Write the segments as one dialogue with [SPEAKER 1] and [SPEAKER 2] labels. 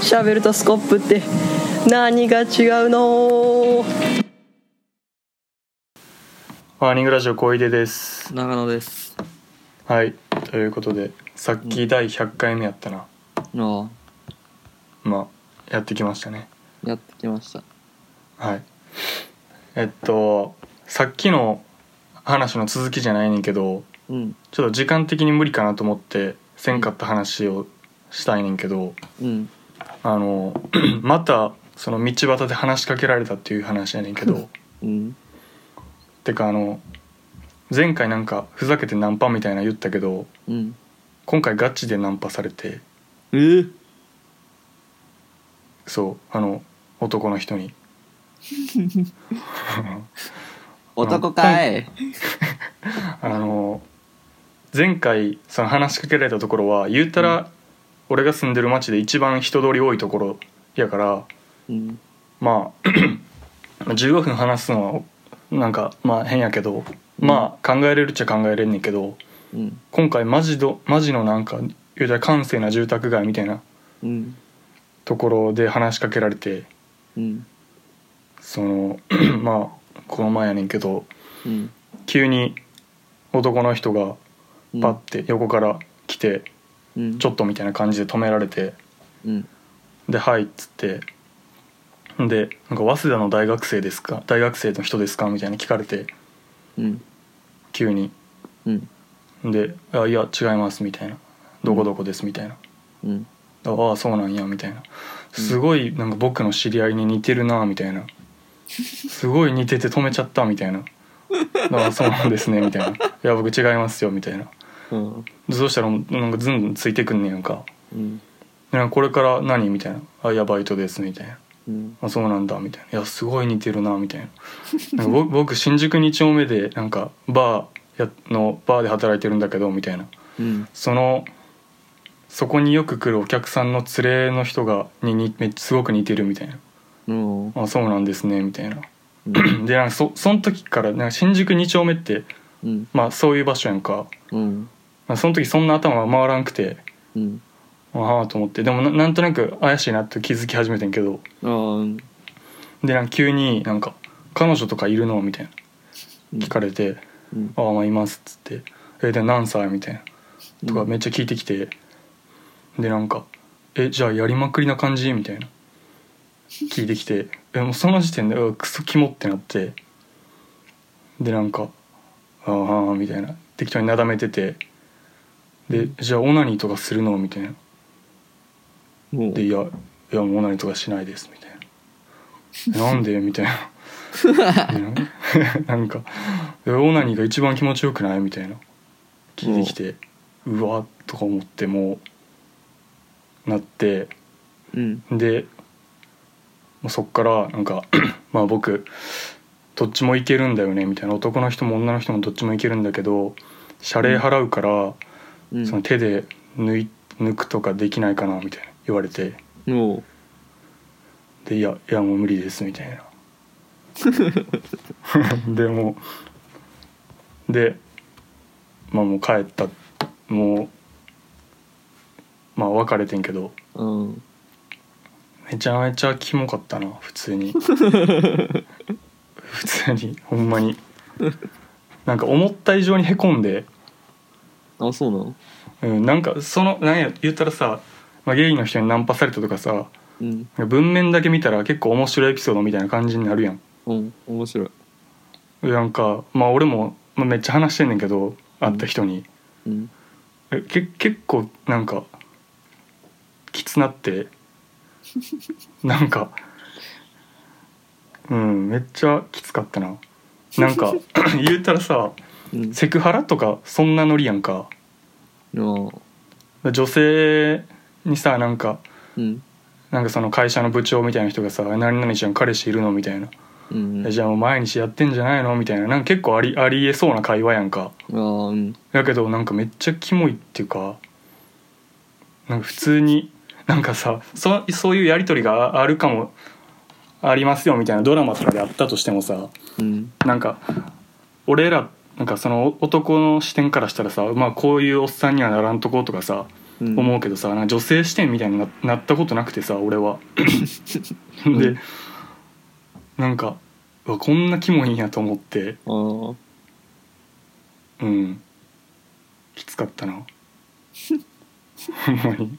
[SPEAKER 1] シャベルとスコップって何が違うの
[SPEAKER 2] ワーニングラジオ小出です
[SPEAKER 3] 長野です
[SPEAKER 2] はいということでさっき第100回目やったな、
[SPEAKER 3] あ
[SPEAKER 2] まあやってきましたね
[SPEAKER 3] あやってきました
[SPEAKER 2] はいえっとさっきの話の続きじゃないねんけど
[SPEAKER 3] うん
[SPEAKER 2] ちょっと時間的に無理かなと思ってせんかった話をしたいねんけど
[SPEAKER 3] うん
[SPEAKER 2] あの またその道端で話しかけられたっていう話やねんけ ど
[SPEAKER 3] うん
[SPEAKER 2] てかあの前回なんかふざけてナンパみたいな言ったけど
[SPEAKER 3] うん
[SPEAKER 2] 今回ガチでナンパされて
[SPEAKER 3] えー、
[SPEAKER 2] そうあの男の人に
[SPEAKER 3] 男かい
[SPEAKER 2] あの前回その話しかけられたところは言うたら俺が住んでる町で一番人通り多いところやから
[SPEAKER 3] うん
[SPEAKER 2] まあ 15分話すのはなんかまあ変やけどまあ考えれるっちゃ考えれんねんけど
[SPEAKER 3] うん
[SPEAKER 2] 今回マジどマジのなんか言うたら閑静な住宅街みたいな
[SPEAKER 3] うん
[SPEAKER 2] ところで話しかけられて
[SPEAKER 3] うん
[SPEAKER 2] その まあこの前やねんけど
[SPEAKER 3] うん
[SPEAKER 2] 急に男の人が
[SPEAKER 3] うん
[SPEAKER 2] パッて横から来て
[SPEAKER 3] うん
[SPEAKER 2] ちょっとみたいな感じで止められて
[SPEAKER 3] うん
[SPEAKER 2] で「はい」っつってでなんか「早稲田の大学生ですか大学生の人ですか?」みたいな聞かれて
[SPEAKER 3] うん
[SPEAKER 2] 急に
[SPEAKER 3] うん
[SPEAKER 2] で「あいや違います」みたいな「どこどこです」みたいな
[SPEAKER 3] うん
[SPEAKER 2] 「ああそうなんや」みたいなすごいなんか僕の知り合いに似てるなみたいなすごい似てて止めちゃったみたいな「ああそうなんですね」みたいな「いや僕違いますよ」みたいな
[SPEAKER 3] うん
[SPEAKER 2] そうしたらもうなんかずんずんついてくんねやんか
[SPEAKER 3] うん
[SPEAKER 2] 「なんかこれから何?」みたいな「あいやバイトです」みたいな
[SPEAKER 3] うん
[SPEAKER 2] あそうなんだみたいな「いやすごい似てるな」みたいななんか僕僕新宿2丁目でなんかバーやのバーで働いてるんだけどみたいな
[SPEAKER 3] うん
[SPEAKER 2] そのそこによく来るお客さんの連れの人がににめすごく似てるみたいな
[SPEAKER 3] うん
[SPEAKER 2] 「あそうなんですね」みたいな でなんかそその時からなんか新宿2丁目って
[SPEAKER 3] うん
[SPEAKER 2] まあそういう場所やんか、
[SPEAKER 3] うん
[SPEAKER 2] まあ、その時そんな頭が回らんくて
[SPEAKER 3] うん
[SPEAKER 2] ああと思ってでもななんとなく怪しいなって気づき始めてんけど
[SPEAKER 3] あー
[SPEAKER 2] でなんか急になんか「彼女とかいるの?」みたいな
[SPEAKER 3] うん
[SPEAKER 2] 聞かれて
[SPEAKER 3] う
[SPEAKER 2] 「
[SPEAKER 3] ん
[SPEAKER 2] ああまあいます」っつって「えで何歳?」みたいなとか
[SPEAKER 3] うん
[SPEAKER 2] めっちゃ聞いてきて、でなんか「えじゃあやりまくりな感じ?」みたいな聞いてきてえもうその時点でうわクソキモってなってでなんか「ああ」みたいな適当になだめててで「じゃあオナニーとかするの?」みたいな
[SPEAKER 3] もう
[SPEAKER 2] で「いやいやもうオナニーとかしないです」みたい な「なんで?」みたいなで なんか「えオナニーが一番気持ちよくない?」みたいな聞いてきて「うわ」とか思ってもうなって
[SPEAKER 3] うん
[SPEAKER 2] でもうそっからなんか まあ僕どっちもいけるんだよねみたいな男の人も女の人もどっちもいけるんだけど謝礼払うから、
[SPEAKER 3] うん
[SPEAKER 2] その手で抜い抜くとかできないかなみたいな言われて。
[SPEAKER 3] も
[SPEAKER 2] で「いやいやもう無理です」みたいな でもうでまあもう帰ったもうまあ別れてんけど
[SPEAKER 3] ううん
[SPEAKER 2] めちゃめちゃキモかったな普通に 普通にほんまになんか思った以上にへこんで、
[SPEAKER 3] あそうなの
[SPEAKER 2] うん、なんかそのなんや言ったらさ、まあ、ゲイの人にナンパされたとかさ
[SPEAKER 3] うん
[SPEAKER 2] 文面だけ見たら結構面白いエピソードみたいな感じになるやん
[SPEAKER 3] うん面白い
[SPEAKER 2] でなんかまあ俺も、まあ、めっちゃ話してんねんけど会った人に、
[SPEAKER 3] うん
[SPEAKER 2] えけ結構なんかきつなって なんかうんめっちゃきつかったなな んか言うたらさ
[SPEAKER 3] うん
[SPEAKER 2] セクハラとかそんなノリやんか
[SPEAKER 3] あ
[SPEAKER 2] 女性にさなんか
[SPEAKER 3] ーうん
[SPEAKER 2] なんかその会社の部長みたいな人がさ「何々ちゃん彼氏いるの?」みたいな
[SPEAKER 3] うん
[SPEAKER 2] 「えじゃあもう毎日やってんじゃないの?」みたいななんか結構ありありえそうな会話やんか。
[SPEAKER 3] あーうん
[SPEAKER 2] だけどなんかめっちゃキモいっていうかなんか普通になんかさそそういうやり取りがああるかもありますよみたいなドラマとかであったとしてもさ
[SPEAKER 3] うん
[SPEAKER 2] なんか俺らなんかその男の視点からしたらさ、まあ、こういうおっさんにはならんとことかさ
[SPEAKER 3] うん
[SPEAKER 2] 思うけどさ、なんか女性視点みたいにななったことなくてさ俺は で、
[SPEAKER 3] うん
[SPEAKER 2] なんかうわこんなキモいんやと思って
[SPEAKER 3] あー
[SPEAKER 2] うんきつかったな ほんまに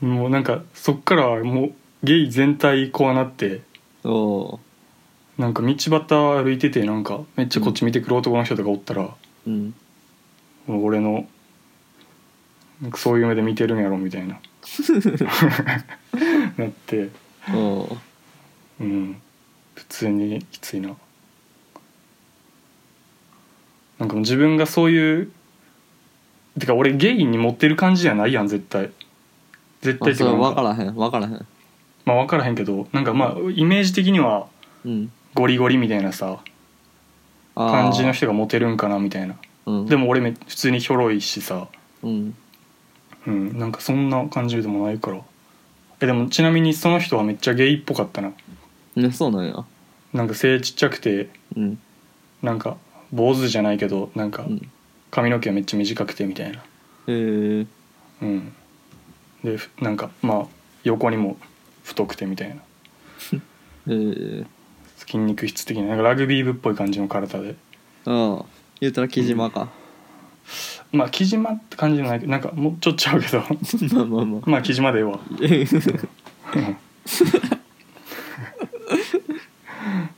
[SPEAKER 2] もうなんかそっからはもうゲイ全体こうなって
[SPEAKER 3] あー
[SPEAKER 2] なんか道端歩いててなんかめっちゃこっち見てくる男の人とかおったら、
[SPEAKER 3] うん
[SPEAKER 2] もう俺のなんかそういう目で見てるんやろみたい ななって
[SPEAKER 3] あー
[SPEAKER 2] うん普通にきついななんかもう自分がそういうてか俺ゲイに持ってる感じじゃないやん絶対絶対
[SPEAKER 3] あ
[SPEAKER 2] っ
[SPEAKER 3] そ
[SPEAKER 2] て
[SPEAKER 3] れ
[SPEAKER 2] いうかな
[SPEAKER 3] 分か
[SPEAKER 2] んから
[SPEAKER 3] へん分からへん
[SPEAKER 2] まあ分からへんけどなんかまあイメージ的には
[SPEAKER 3] うん
[SPEAKER 2] ゴリゴリみたいなさ
[SPEAKER 3] あー
[SPEAKER 2] 感じの人がモテるんかなみたいな
[SPEAKER 3] うん
[SPEAKER 2] でも俺め普通にひょろいしさ
[SPEAKER 3] うん
[SPEAKER 2] うんなんかそんな感じでもないからえでもちなみにその人はめっちゃゲイっぽかったな
[SPEAKER 3] ねそうなんや
[SPEAKER 2] なんか背ちっちゃくて
[SPEAKER 3] うん
[SPEAKER 2] なんか坊主じゃないけどなんか
[SPEAKER 3] うん
[SPEAKER 2] 髪の毛はめっちゃ短くてみたいな
[SPEAKER 3] へえ
[SPEAKER 2] うんでふなんかまあ横にも太くてみたいな
[SPEAKER 3] ええ
[SPEAKER 2] 筋肉質的ななんかラグビー部っぽい感じの体で
[SPEAKER 3] ああ言うたら木島 か
[SPEAKER 2] まあ木島って感じじゃないけどなんかもうちょっとちゃうけど
[SPEAKER 3] まあまあまあ
[SPEAKER 2] まあ木島でええわ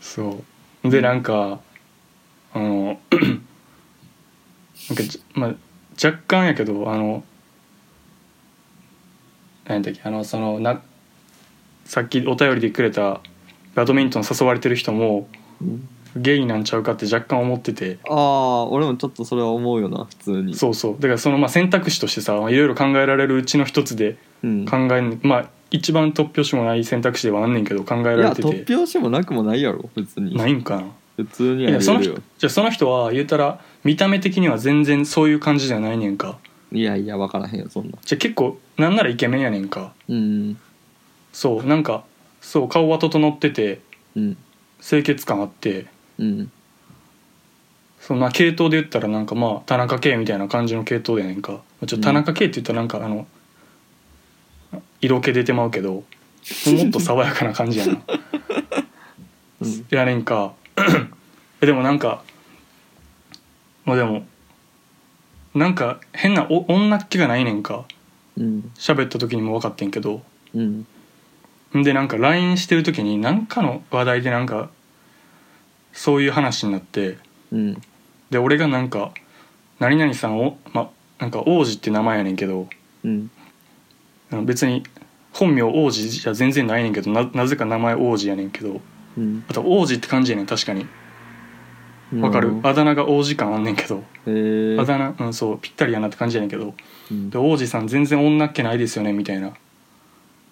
[SPEAKER 2] そうでなんかあのなんかじ、まあ、若干やけどあの何だっけあのそのなさっきお便りでくれたバドミントン誘われてる人も
[SPEAKER 3] うん
[SPEAKER 2] ゲイなんちゃうかって若干思ってて
[SPEAKER 3] ああ俺もちょっとそれは思うよな普通に
[SPEAKER 2] そうそうだからそのまあ選択肢としてさいろいろ考えられるうちの一つで
[SPEAKER 3] うん
[SPEAKER 2] 考えんまあ一番突拍子もない選択肢ではあんねんけど考え
[SPEAKER 3] い
[SPEAKER 2] ら
[SPEAKER 3] や
[SPEAKER 2] れて
[SPEAKER 3] 突
[SPEAKER 2] て
[SPEAKER 3] 拍子もなくもないやろ別に
[SPEAKER 2] ないんかない
[SPEAKER 3] 普通に
[SPEAKER 2] や
[SPEAKER 3] は
[SPEAKER 2] そ
[SPEAKER 3] 言え
[SPEAKER 2] の
[SPEAKER 3] る
[SPEAKER 2] 人
[SPEAKER 3] よ
[SPEAKER 2] じゃあその人は言うたら見た目的には全然そういう感じじゃないねんか
[SPEAKER 3] いやいや分からへんよそんな
[SPEAKER 2] じゃあ結構なんならイケメンやねんか
[SPEAKER 3] うん
[SPEAKER 2] そうなんかそう顔は整ってて
[SPEAKER 3] うん
[SPEAKER 2] 清潔感あって
[SPEAKER 3] うん
[SPEAKER 2] そんな系統で言ったらなんかまあ田中圭みたいな感じの系統やねんかちょ
[SPEAKER 3] うん
[SPEAKER 2] 田中圭って言ったらなんかあの色気出てまうけどもっと爽やかな感じやな
[SPEAKER 3] うん
[SPEAKER 2] やねんか えでもなんかまあでもなんか変なお女っ気がないねんか
[SPEAKER 3] うん
[SPEAKER 2] 喋った時にも分かってんけど
[SPEAKER 3] うん
[SPEAKER 2] でなんか LINE してる時に何かの話題でなんかそういう話になって
[SPEAKER 3] うん
[SPEAKER 2] で俺がなんか「何々さんを、ま、なんか王子って名前やねんけど
[SPEAKER 3] うん
[SPEAKER 2] あの別に本名王子じゃ全然ないねんけどななぜか名前王子やねんけど
[SPEAKER 3] うん
[SPEAKER 2] あと王子って感じやねん確かに
[SPEAKER 3] うん
[SPEAKER 2] わかる、
[SPEAKER 3] へ
[SPEAKER 2] あだ名が王子感あんねんけど、
[SPEAKER 3] え
[SPEAKER 2] あだ名うんそうぴったりやなって感じやねんけど
[SPEAKER 3] うん
[SPEAKER 2] で王子さん全然女っ気ないですよねみたいな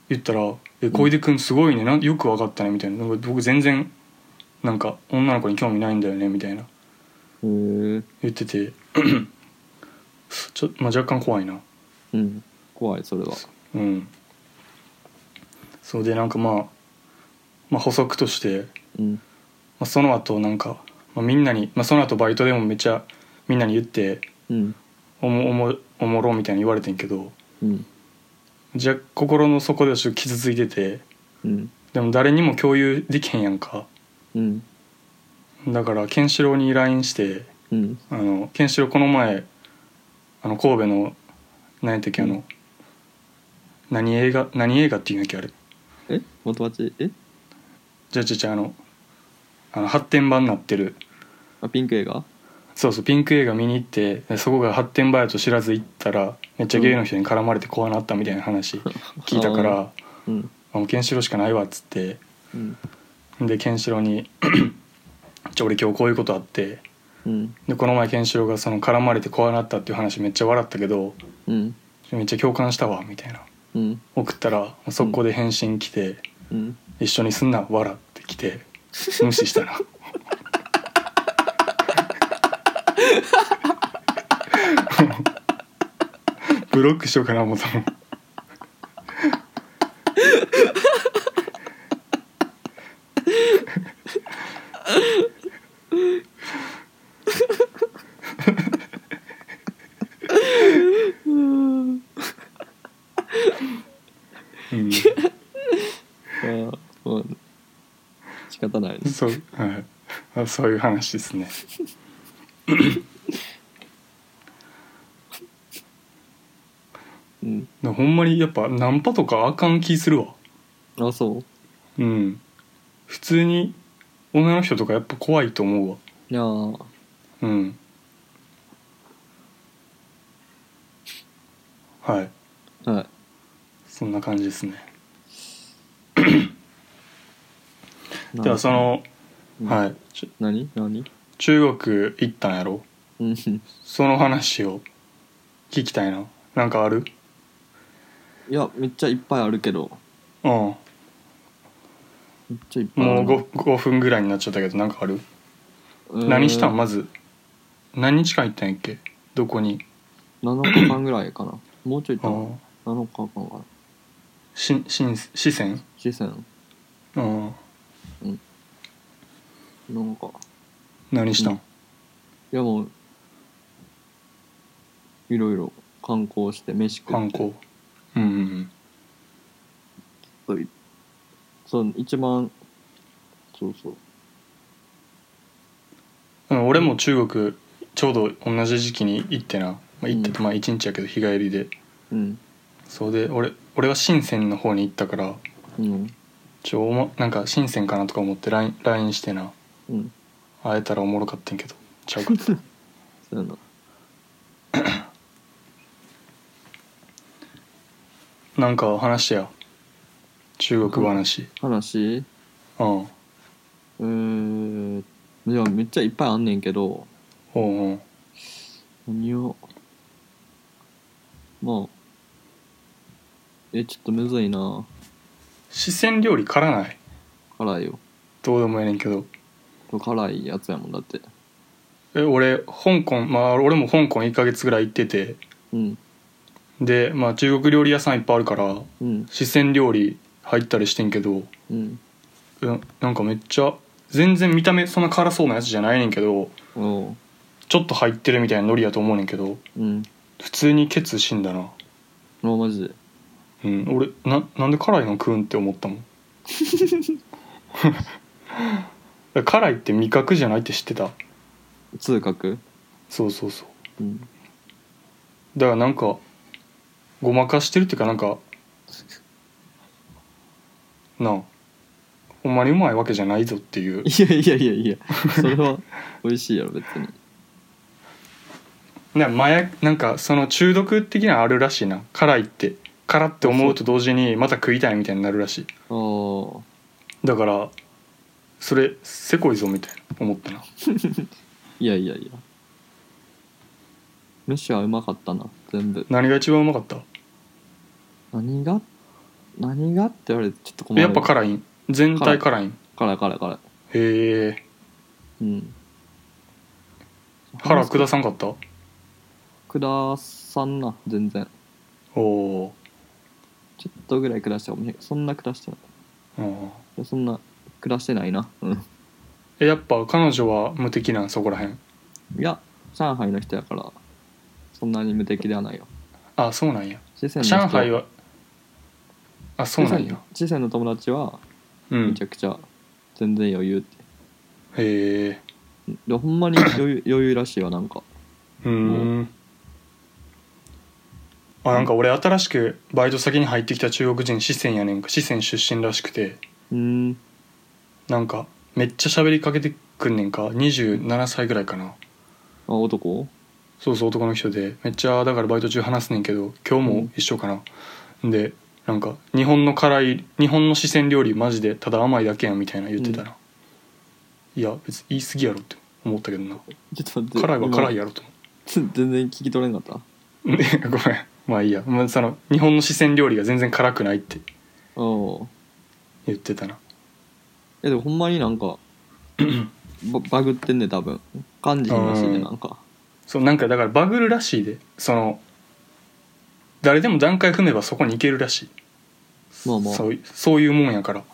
[SPEAKER 2] 言ったら「え小出君すごいねなんよく分かったね」みたいななんか僕全然なんか女の子に興味ないんだよねみたいな
[SPEAKER 3] へえ
[SPEAKER 2] 言ってて ちょ、まあ、若干怖いな
[SPEAKER 3] うん怖いそれは
[SPEAKER 2] うんそうでなんかまあ、まあ補足として、
[SPEAKER 3] うん
[SPEAKER 2] まあ、その後なんか、まあ、みんなに、まあ、その後バイトでもめっちゃみんなに言って
[SPEAKER 3] うん
[SPEAKER 2] おもおもおもろみたいに言われてんけど
[SPEAKER 3] うん
[SPEAKER 2] じゃ心の底ではちょっと傷ついてて
[SPEAKER 3] うん
[SPEAKER 2] でも誰にも共有できへんやんか
[SPEAKER 3] うん
[SPEAKER 2] だからケンシロウに LINE して
[SPEAKER 3] うん
[SPEAKER 2] あのケンシロウこの前あの神戸の何やったっけあの、
[SPEAKER 3] うん
[SPEAKER 2] 何映画何映画っていうんやっけあれ
[SPEAKER 3] え元町え
[SPEAKER 2] じゃじゃじゃあのあの発展場になってる
[SPEAKER 3] あピンク映画
[SPEAKER 2] そうそうピンク映画見に行ってでそこが発展場やと知らず行ったらめっちゃゲイの人に絡まれて怖なったみたいな話聞いたから
[SPEAKER 3] うん
[SPEAKER 2] 「あもうケンシロウしかないわ」っつって
[SPEAKER 3] うん
[SPEAKER 2] でケンシロウに 「ちょ俺今日こういうことあって
[SPEAKER 3] うん
[SPEAKER 2] でこの前ケンシロウがその絡まれて怖なったっていう話めっちゃ笑ったけど
[SPEAKER 3] うん
[SPEAKER 2] めっちゃ共感したわみたいな
[SPEAKER 3] うん
[SPEAKER 2] 送ったら速攻で返信来て
[SPEAKER 3] うん
[SPEAKER 2] 「一緒にすんな笑」って来て無視したなブロックしようかなもうともうん
[SPEAKER 3] ああもう仕方 ないです
[SPEAKER 2] そう、はいあ、そういう話ですね。
[SPEAKER 3] うん
[SPEAKER 2] でほんまにやっぱナンパとかあかん気するわ。
[SPEAKER 3] あそう
[SPEAKER 2] うん。普通に女の人とかやっぱ怖いと思うわ。
[SPEAKER 3] いやー
[SPEAKER 2] うん。はい。
[SPEAKER 3] はい
[SPEAKER 2] そんな感じですね。
[SPEAKER 3] な
[SPEAKER 2] ではその、
[SPEAKER 3] うん
[SPEAKER 2] はい。ちゅ
[SPEAKER 3] 何何
[SPEAKER 2] 中国行ったんやろ
[SPEAKER 3] うんい
[SPEAKER 2] その話を聞きたいな。なんかある
[SPEAKER 3] やめっちゃいっぱいあるけど
[SPEAKER 2] うん。
[SPEAKER 3] めっちゃいっぱいある
[SPEAKER 2] もう 5, 5分ぐらいになっちゃったけどなんかある
[SPEAKER 3] うーん
[SPEAKER 2] 何したんまず何日間行ったんやっけどこに
[SPEAKER 3] 7日間ぐらいかなもうちょいい
[SPEAKER 2] あ
[SPEAKER 3] た
[SPEAKER 2] ー
[SPEAKER 3] の7日間かな
[SPEAKER 2] ししん四川
[SPEAKER 3] 四川
[SPEAKER 2] うん
[SPEAKER 3] なんか
[SPEAKER 2] 何したん、
[SPEAKER 3] いやもういろいろ観光して飯食って
[SPEAKER 2] 観光うんうん
[SPEAKER 3] そう一番そうそう
[SPEAKER 2] うんうん俺も中国ちょうど同じ時期に行ってな、まあ、行っててまあ1日やけど日帰りで
[SPEAKER 3] うん
[SPEAKER 2] そうで俺俺は深センの方に行ったから
[SPEAKER 3] うん
[SPEAKER 2] ちょおもなんか深センかなとか思って LINE LINE してな
[SPEAKER 3] うん
[SPEAKER 2] 会えたらおもろかったんけどちゃ うかった
[SPEAKER 3] そうやな
[SPEAKER 2] なんか話してや中国話
[SPEAKER 3] 話
[SPEAKER 2] うんうん
[SPEAKER 3] えー、いやめっちゃいっぱいあんねんけど
[SPEAKER 2] うん
[SPEAKER 3] 何をまあえちょっとむずいな
[SPEAKER 2] 四川料理辛ない
[SPEAKER 3] 辛いよ
[SPEAKER 2] どうでもええねんけど
[SPEAKER 3] これ辛いやつやもんだって
[SPEAKER 2] え俺香港まあ俺も香港1ヶ月ぐらい行ってて
[SPEAKER 3] うん
[SPEAKER 2] でまあ中国料理屋さんいっぱいあるから
[SPEAKER 3] うん
[SPEAKER 2] 四川料理入ったりしてんけど
[SPEAKER 3] うん
[SPEAKER 2] うんなんかめっちゃ全然見た目そんな辛そうなやつじゃないねんけど
[SPEAKER 3] おう
[SPEAKER 2] ちょっと入ってるみたいなノリやと思うねんけど
[SPEAKER 3] うん
[SPEAKER 2] 普通にケツ死んだな
[SPEAKER 3] あマジで
[SPEAKER 2] うん俺ななんで辛いの食うんって思ったもん辛いって味覚じゃないって知ってた
[SPEAKER 3] 痛覚
[SPEAKER 2] そうそうそう
[SPEAKER 3] うん
[SPEAKER 2] だからなんかごまかしてるっていうかなんかなあほんまにうまいわけじゃないぞっていう
[SPEAKER 3] いやいやいやいやそれは美味しいやろ別に
[SPEAKER 2] な麻薬なんかその中毒的なのあるらしいな辛いって辛って思うと同時にまた食いたいみたいになるらしい
[SPEAKER 3] ああ
[SPEAKER 2] だからそれせこいぞみたいな思ったない
[SPEAKER 3] やいやいや飯はうまかったな全部
[SPEAKER 2] 何が一番うまかった
[SPEAKER 3] 何が何がって言われてちょっと困る
[SPEAKER 2] やっぱ辛いん全体辛いん
[SPEAKER 3] 辛い辛い辛い
[SPEAKER 2] へえ
[SPEAKER 3] うん
[SPEAKER 2] 腹下さんかった
[SPEAKER 3] 下さんな全然
[SPEAKER 2] おお
[SPEAKER 3] ちょっとぐらい下したかもしれないそんな下してない
[SPEAKER 2] ーうん
[SPEAKER 3] いやそんな下してないなうん
[SPEAKER 2] えやっぱ彼女は無敵なんそこらへん
[SPEAKER 3] いや上海の人やからそんなに無敵ではないよ
[SPEAKER 2] あそうなんや
[SPEAKER 3] 四川の人
[SPEAKER 2] 上海はあそうなんや
[SPEAKER 3] 四川の友達は
[SPEAKER 2] う
[SPEAKER 3] め
[SPEAKER 2] ん
[SPEAKER 3] ちゃくちゃ全然余裕って、
[SPEAKER 2] へえ
[SPEAKER 3] うんでほんまに余裕 余裕らしいわなんか
[SPEAKER 2] うーんあなんか俺新しくバイト先に入ってきた中国人四川やねんか四川出身らしくて
[SPEAKER 3] うん
[SPEAKER 2] なんかめっちゃ喋りかけてくんねんか27歳ぐらいかな
[SPEAKER 3] あ男
[SPEAKER 2] そうそう男の人でめっちゃだからバイト中話すねんけど今日も一緒かな、でなんか日本の辛い日本の四川料理マジでただ甘いだけやんみたいな言ってたな、いや別に言い過ぎやろって思ったけど
[SPEAKER 3] ち
[SPEAKER 2] な
[SPEAKER 3] ょっと待って
[SPEAKER 2] 辛いは辛い
[SPEAKER 3] や
[SPEAKER 2] やろと思う
[SPEAKER 3] 全然聞き取れんかったあ
[SPEAKER 2] ごめんまあいいや、まあ、その日本の四川料理が全然辛くないって
[SPEAKER 3] あ
[SPEAKER 2] 言ってたな
[SPEAKER 3] えでもほんまになん かババグってんね多分漢字らしいね
[SPEAKER 2] うん
[SPEAKER 3] なんか
[SPEAKER 2] そうなんかだからバグるらしいでその誰でも段階踏めばそこに行けるらしい
[SPEAKER 3] まあまあ
[SPEAKER 2] そういそういうもんやから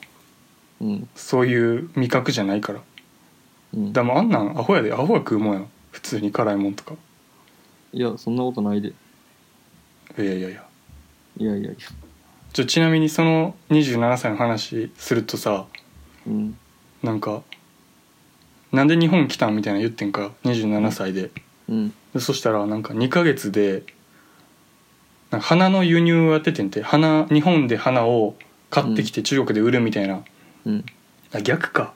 [SPEAKER 3] うん
[SPEAKER 2] そういう味覚じゃないから
[SPEAKER 3] うん
[SPEAKER 2] でもあんなんアホやでアホが食うもんやろ普通に辛いもんとか
[SPEAKER 3] いやそんなことないで
[SPEAKER 2] いやいやいや
[SPEAKER 3] いやいやいや
[SPEAKER 2] ちょちなみにその27歳の話するとさ
[SPEAKER 3] うん
[SPEAKER 2] なんか「なんで日本来たん?」みたいなの言ってんか27歳で
[SPEAKER 3] うん
[SPEAKER 2] でそしたらなんか2ヶ月でなんか花の輸入をやっててんて花日本で花を買ってきて中国で売るみたいな、
[SPEAKER 3] うん
[SPEAKER 2] あ逆か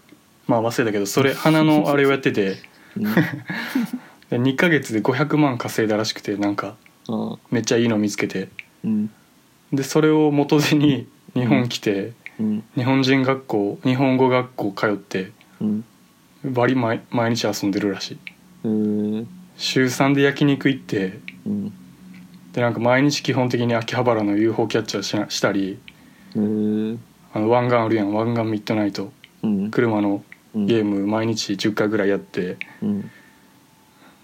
[SPEAKER 2] まあ忘れたけどそれ花のあれをやってて
[SPEAKER 3] うん
[SPEAKER 2] で2ヶ月で500万稼いだらしくてなんか
[SPEAKER 3] ああ
[SPEAKER 2] めっちゃいいの見つけて
[SPEAKER 3] うん
[SPEAKER 2] でそれを元手に日本来て、
[SPEAKER 3] うん
[SPEAKER 2] 日本人学校日本語学校通って
[SPEAKER 3] うん
[SPEAKER 2] バリ毎毎日遊んでるらしい
[SPEAKER 3] えー
[SPEAKER 2] 週3で焼肉行って
[SPEAKER 3] うん
[SPEAKER 2] でなんか毎日基本的に秋葉原の UFO キャッチャーしなしたり
[SPEAKER 3] えー
[SPEAKER 2] あの湾岸あるやん湾岸ミッドナイト
[SPEAKER 3] うん
[SPEAKER 2] 車の
[SPEAKER 3] うん
[SPEAKER 2] ゲーム毎日10回ぐらいやって
[SPEAKER 3] うん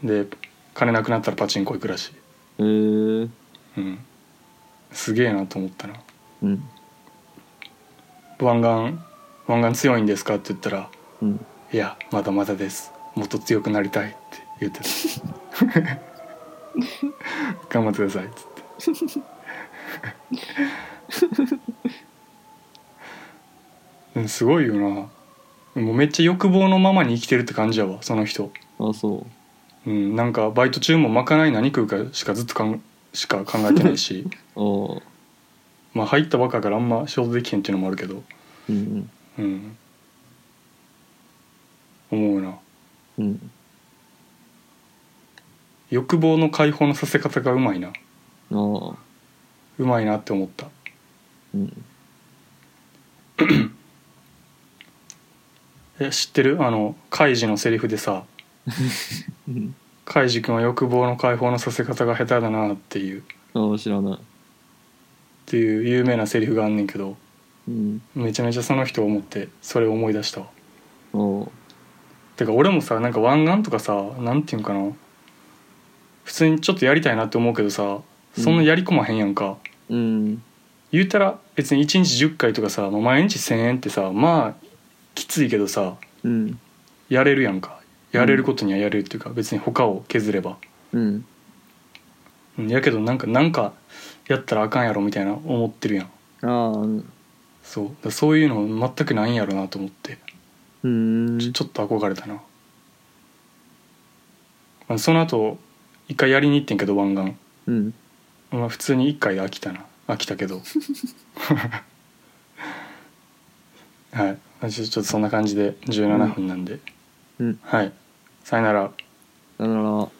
[SPEAKER 2] で金なくなったらパチンコ行くらしい
[SPEAKER 3] えー
[SPEAKER 2] うんすげえなと思ったな
[SPEAKER 3] うん
[SPEAKER 2] 湾岸湾岸強いんですかって言ったら
[SPEAKER 3] うん
[SPEAKER 2] 「いやまだまだですもっと強くなりたい」って言ってた「頑張ってください」っつってうんすごいよなもうめっちゃ欲望のままに生きてるって感じやわその人
[SPEAKER 3] あそう
[SPEAKER 2] うんなんかバイト中もまかない何食うかしかずっとかんしか考えてないし
[SPEAKER 3] ああ
[SPEAKER 2] まあ入ったばっかからあんま仕事できへんっていうのもあるけど
[SPEAKER 3] うん
[SPEAKER 2] うん思うな
[SPEAKER 3] うんうん
[SPEAKER 2] 欲望の解放のさせ方がうまいな
[SPEAKER 3] ああ
[SPEAKER 2] うまいなって思った
[SPEAKER 3] うん
[SPEAKER 2] え知ってるあのカイジのセリフでさ
[SPEAKER 3] うん
[SPEAKER 2] 「カイジ君は欲望の解放のさせ方が下手だな」っていうっ
[SPEAKER 3] ああ知らない
[SPEAKER 2] ていう有名なセリフがあんねんけど
[SPEAKER 3] うん
[SPEAKER 2] めちゃめちゃその人を思ってそれを思い出したわ
[SPEAKER 3] ああ
[SPEAKER 2] てか俺もさなんか湾岸とかさなんていうんかな普通にちょっとやりたいなって思うけどさそんなやり込まへんやんか、
[SPEAKER 3] うん
[SPEAKER 2] 言うたら別に1日10回とかさ、まあ毎日1,000円ってさまあきついけどさ
[SPEAKER 3] うん
[SPEAKER 2] やれるやんかやれることにはやれるっていうか、別に他を削れば
[SPEAKER 3] うん
[SPEAKER 2] うんやけどなんかなんかやったらあかんやろみたいな思ってるやん
[SPEAKER 3] ああうん
[SPEAKER 2] そうだからそういうの全くないんやろなと思って
[SPEAKER 3] うん
[SPEAKER 2] ちょちょっと憧れたな、まあその後一回やりに行ってんけど湾岸、
[SPEAKER 3] うん
[SPEAKER 2] まあ、普通に一回で飽きたな飽きたけど はいまあちょちょっとそんな感じで17分なんで、
[SPEAKER 3] うん
[SPEAKER 2] はいさよなら
[SPEAKER 3] さよなら